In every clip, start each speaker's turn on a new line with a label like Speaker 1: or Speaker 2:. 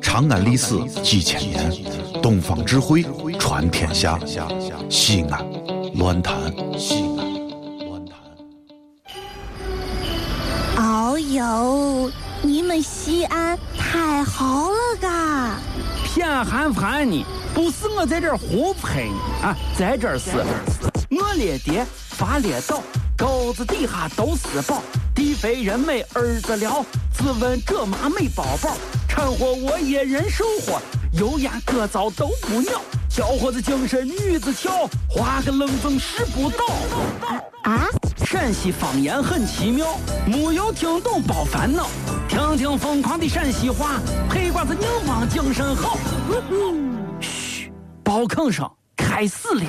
Speaker 1: 长安历史几千年，东方智慧传天下。西安，乱谈西安，乱谈。
Speaker 2: 哦呦，你们西安太好了嘎！
Speaker 3: 偏寒寒你，不是我在这儿胡喷你啊，在这儿是，我列爹发列倒，沟子底下都是宝，地肥人美儿子了，自问这妈没宝宝，掺和我也人生活，油盐各糟都不尿，小伙子精神女子俏，花个愣风拾不到。
Speaker 2: 啊，
Speaker 3: 陕西方言很奇妙，没有听懂别烦恼，听听疯狂的陕西话，黑瓜子硬邦精神好。嘘，包吭声开始了。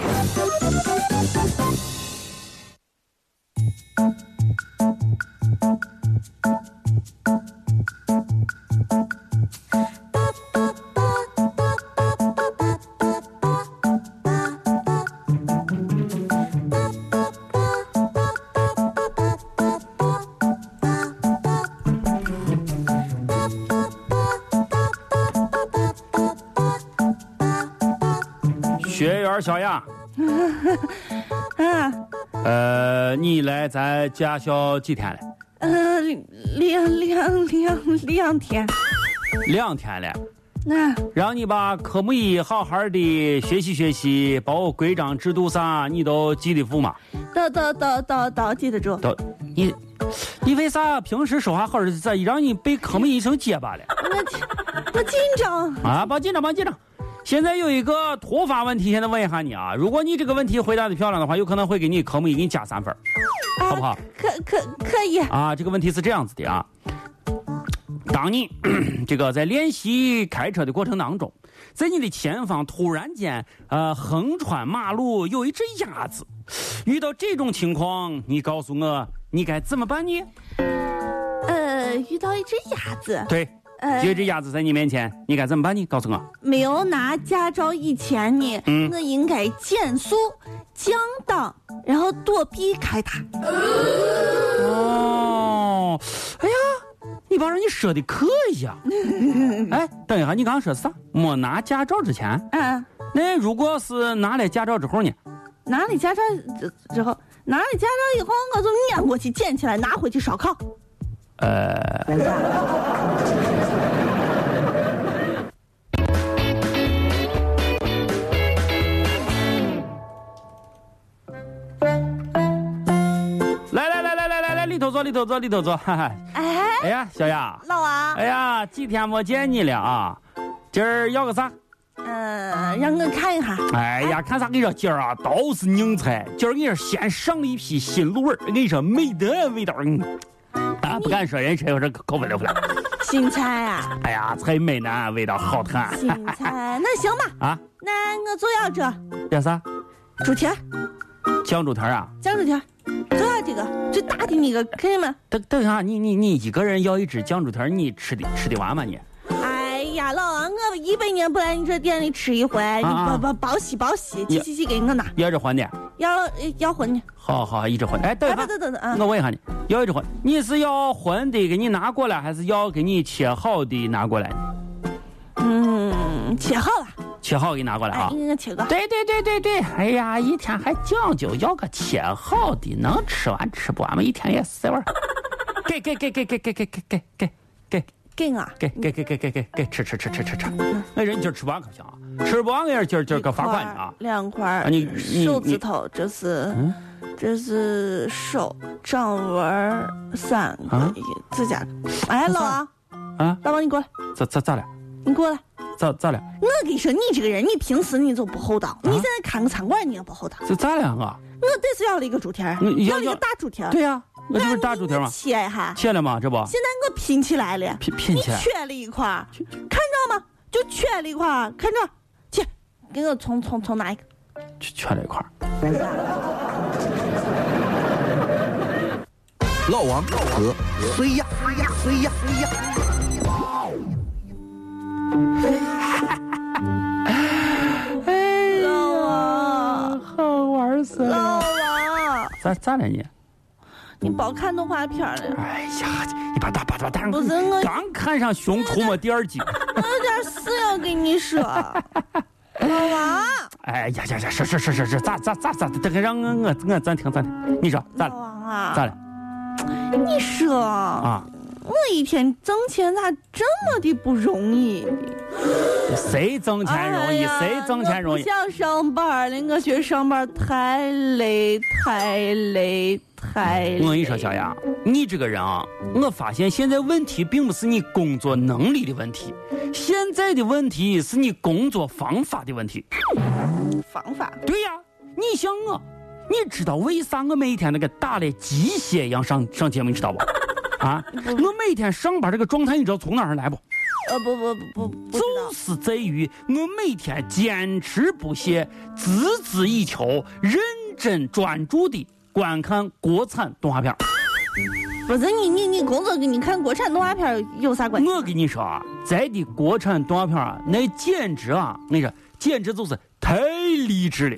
Speaker 3: 学员小雅，
Speaker 4: 嗯
Speaker 3: 呃，你来咱驾校几天了？
Speaker 4: 呃，两两两两天，
Speaker 3: 两天了。
Speaker 4: 那、
Speaker 3: 让你把科目一好好的学习学习，包括规章制度啥，你都记得住吗？
Speaker 4: 都都都都都记得住。
Speaker 3: 都，你，你为啥平时说话好日子，咋一让你背科目一成结巴了？
Speaker 4: 我紧我呃紧张，
Speaker 3: 啊，别紧张，别紧张。现在有一个突发问题，现在问一下你啊，如果你这个问题回答的漂亮的话，有可能会给你科目一给你加三分儿，好不好？
Speaker 4: 可可可以。
Speaker 3: 啊，这个问题是这样子的啊，当你 这个在练习开车的过程当中，在你的前方突然间呃横穿马路有一只鸭子，遇到这种情况，你告诉我你该怎么办呢？
Speaker 4: 呃，遇到一只鸭子，
Speaker 3: 对，
Speaker 4: 呃
Speaker 3: 有一只鸭子在你面前，你该怎么办呢？告诉我。
Speaker 4: 没有拿驾照以前呢，
Speaker 3: 嗯
Speaker 4: 我应该减速、降档，然后躲避开它。
Speaker 3: 哦，哎呀，你把人家说的可以呀！哎，等一下，你刚刚说啥？没拿驾照之前，
Speaker 4: 嗯、
Speaker 3: 那如果是拿了驾照之后呢？
Speaker 4: 拿了驾照之之后，拿了驾照以后，我就撵过去捡起来，拿回去烧烤。
Speaker 3: 来来来来来来来，里头坐，里头坐，里头坐。哈哈。
Speaker 4: 哎，
Speaker 3: 哎呀，小雅，
Speaker 4: 老王，
Speaker 3: 哎呀，几天没见你了啊！今儿要个啥？
Speaker 4: 呃，让我看一下。
Speaker 3: 哎呀，看啥？跟你说，今儿啊都是硬菜。今儿跟你说，先上了一批新卤味儿，跟你说美的味道，嗯，啊不敢说人谁有这口味留不了。
Speaker 4: 新菜啊，
Speaker 3: 哎呀，菜美呢，味道好看
Speaker 4: 新菜，那行吧，
Speaker 3: 啊！
Speaker 4: 那我就要这
Speaker 3: 要啥？
Speaker 4: 猪蹄儿，
Speaker 3: 酱猪蹄儿啊？
Speaker 4: 酱猪蹄儿，就要这个最大的那个，可以吗？
Speaker 3: 等等一下，你你你一个人要一只酱猪蹄儿，你吃的吃得完吗你？
Speaker 4: 哎呀，老王，我一百年不来你这店里吃一回，你
Speaker 3: 啊
Speaker 4: 保保保喜保喜，
Speaker 3: 也
Speaker 4: 去去去给我拿，
Speaker 3: 要一只荤的？
Speaker 4: 要呃要荤的，
Speaker 3: 好好，一只荤的。哎，等一
Speaker 4: 哎
Speaker 3: 下
Speaker 4: 不，等等等啊
Speaker 3: 我，问一下你，要一只荤，你是要荤的给你拿过来，还是要给你切好的拿过来？啊
Speaker 4: 嗯，切好了，
Speaker 3: 切好给拿过来
Speaker 4: 哎
Speaker 3: 啊，！
Speaker 4: 给我切个，
Speaker 3: 对对对对对，哎呀，一天还讲究要个切好的，能吃完吃不完嘛，一天也是味儿。给给给给给给给给给给给
Speaker 4: 给我啊，
Speaker 3: 给给给给给给给吃吃吃吃吃吃，那人今儿吃不完可不行啊，吃不完给人今儿今儿可罚款你啊。
Speaker 4: 两块
Speaker 3: 啊
Speaker 4: 儿，
Speaker 3: 你你
Speaker 4: 手
Speaker 3: 你嗯
Speaker 4: 指头这是。这是手掌纹儿三
Speaker 3: 啊
Speaker 4: 个，指甲。哎，老王，
Speaker 3: 啊，
Speaker 4: 老王，你过来，
Speaker 3: 咋咋咋了？
Speaker 4: 你过来。
Speaker 3: 咋咋了？
Speaker 4: 我跟你说，你这个人，你平时你就不厚
Speaker 3: 啊
Speaker 4: 道，你现在看个餐馆你也不厚道。
Speaker 3: 这咋了我？
Speaker 4: 我这是要了一个猪蹄儿，
Speaker 3: 你
Speaker 4: 要
Speaker 3: 要
Speaker 4: 了一个
Speaker 3: 要
Speaker 4: 大猪蹄儿，
Speaker 3: 对呀，我这不是大猪蹄吗？
Speaker 4: 切一下。
Speaker 3: 切了吗？这不
Speaker 4: 现在我拼起来了，
Speaker 3: 拼拼
Speaker 4: 你
Speaker 3: 起来。
Speaker 4: 缺了一块儿，看着吗？就缺了一块儿，看着，切，给我重重重拿一个。
Speaker 3: 缺缺了一块儿。
Speaker 1: 老王和谁呀？谁呀？谁呀？
Speaker 4: 老王，
Speaker 3: 好玩死
Speaker 4: 老！王，
Speaker 3: 咋咋了你？
Speaker 4: 你别看动画 片儿了。
Speaker 3: 哎呀，一把大把大大，
Speaker 4: 不是我啊
Speaker 3: 刚看上《熊出没》第二集，
Speaker 4: 我家点是要跟你 说，老王，
Speaker 3: 哎呀呀呀，是是是是是，咋咋咋咋，这个让我我我暂停暂停，你说咋
Speaker 4: 老
Speaker 3: 了
Speaker 4: 王啊，
Speaker 3: 咋了
Speaker 4: 你说啊，
Speaker 3: 啊？
Speaker 4: 我一天挣钱咋这么的不容易？
Speaker 3: 谁挣钱容易，
Speaker 4: 哎
Speaker 3: 谁
Speaker 4: 呀
Speaker 3: 挣钱容易
Speaker 4: 我不？想上班了，我觉得上班太累，太累，太累。
Speaker 3: 我跟你说，小杨，你这个人啊，我发现现在问题并不是你工作能力的问题，现在的问题是你工作方法的问题。
Speaker 4: 方法
Speaker 3: 对呀、你像我，你知道为啥我每天那个打了鸡血一样上上节目，你知道不？ 啊，我每天上班这个状态，你知道从哪儿来不？
Speaker 4: 呃不不不不不知道
Speaker 3: 就是在于我每天坚持不懈、孜孜以求、认真专注的观看国产动画片儿。
Speaker 4: 不是你你你工作跟你看国产动画片有啥关系？
Speaker 3: 我跟你说啊，咱的国产动画片啊，那简直啊，那个简直就是太励志了，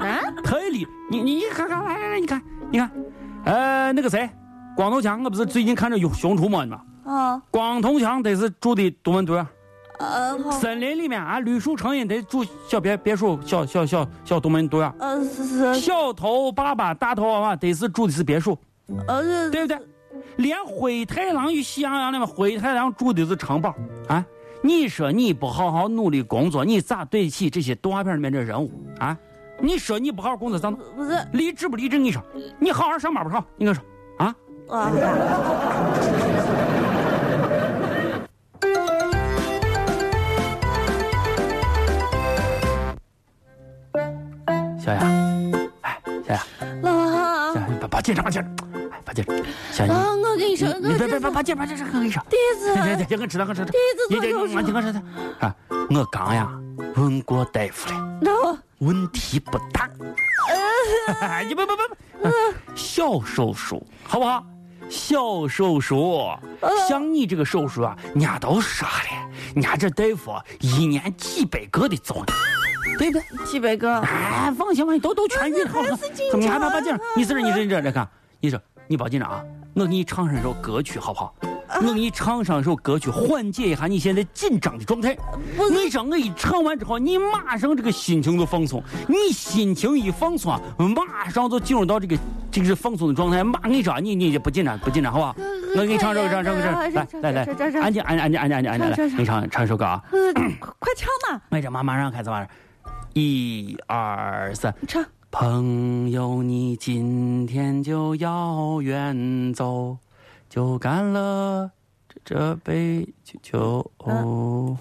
Speaker 4: 啊，
Speaker 3: 太励！你你你看看来来来，你看你看，呃，那个谁，光头强，我不是最近看着有《熊出没》吗？
Speaker 4: 啊
Speaker 3: 光头强得是住的独门独院，
Speaker 4: 呃好
Speaker 3: 森林里面啊，绿树成荫得住小别别墅，小小小小独门独院。
Speaker 4: 呃是是
Speaker 3: 小头爸爸，大头娃娃得是住的是别墅，
Speaker 4: 呃是
Speaker 3: 对不对？连灰太狼与喜羊羊里面，灰太狼住的是城堡啊！你说你不好好努力工作，你咋对得起这些动画片里面这人物啊？你说你不好好工作咋弄？
Speaker 4: 不是
Speaker 3: 励志不励志？你说，你好好上班不上？你跟我说啊？
Speaker 4: 啊
Speaker 3: 小杨，哎，小杨，
Speaker 4: 老王啊
Speaker 3: 小杨，别别紧张，别紧张，哎，别紧张，小
Speaker 4: 老
Speaker 3: 杨，
Speaker 4: 王，我跟你
Speaker 3: 你
Speaker 4: 说，
Speaker 3: 你
Speaker 4: 我
Speaker 3: 你别别
Speaker 4: 真
Speaker 3: 别
Speaker 4: 的
Speaker 3: 别紧张，别紧张，我跟你说。
Speaker 4: 第一次
Speaker 3: 对对对，我知道，我知道。
Speaker 4: 第
Speaker 3: 你
Speaker 4: 一次
Speaker 3: 这
Speaker 4: 做手术
Speaker 3: 我听我说的啊，我刚呀问过大夫了，
Speaker 4: 老
Speaker 3: 问题不大。你不不不不，啊小手术好不好？小手术，像你这个手术啊，人家都说了，人家这大夫一年几百个的走呢，对不对？
Speaker 4: 几百个
Speaker 3: 哎，放心放心，都都痊愈了。好好
Speaker 4: 还是紧，
Speaker 3: 怎么
Speaker 4: 张
Speaker 3: 哎还怕怕紧张？你这你这你这来看，你这你别紧张啊，我给你唱上一首歌曲好不好？我给你唱上一首歌曲，缓解一下你现在紧张的状态。
Speaker 4: 不是
Speaker 3: 你让我一唱完之后，你马上这个心情就放松。你心情一放松啊，马上就进入到这个这个放松的状态。马，我跟你说啊，你你不紧张不紧张，好不好？我给你唱首唱首唱首歌，来来来，安静安静安静安静安静安静，来，你唱唱一首歌啊。
Speaker 4: 呃快快唱嘛，
Speaker 3: 麦着马马上开始玩，一二三。
Speaker 4: 唱
Speaker 3: 朋友，你今天就要远走，就干了这这杯酒酒。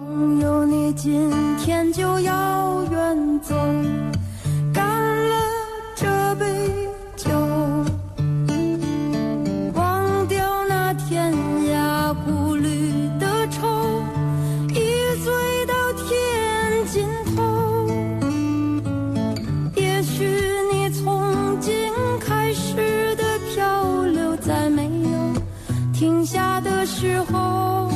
Speaker 5: 朋友，你今天就要远走，干了这杯酒，忘掉那天涯孤旅的愁，一醉到天尽头。也许你从今开始的漂流，在没有停下的时候。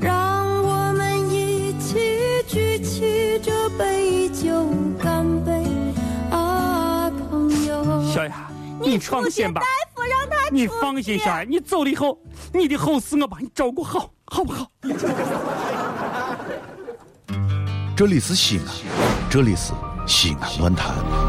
Speaker 5: 让我们一起举起这杯酒，干杯啊，朋友！
Speaker 3: 小雅，你放心吧，
Speaker 4: 我让他
Speaker 3: 你放心，小雅，你走了以后，你的后事我把你照顾好，好不好？
Speaker 1: 这里是西安，这里是西安论坛。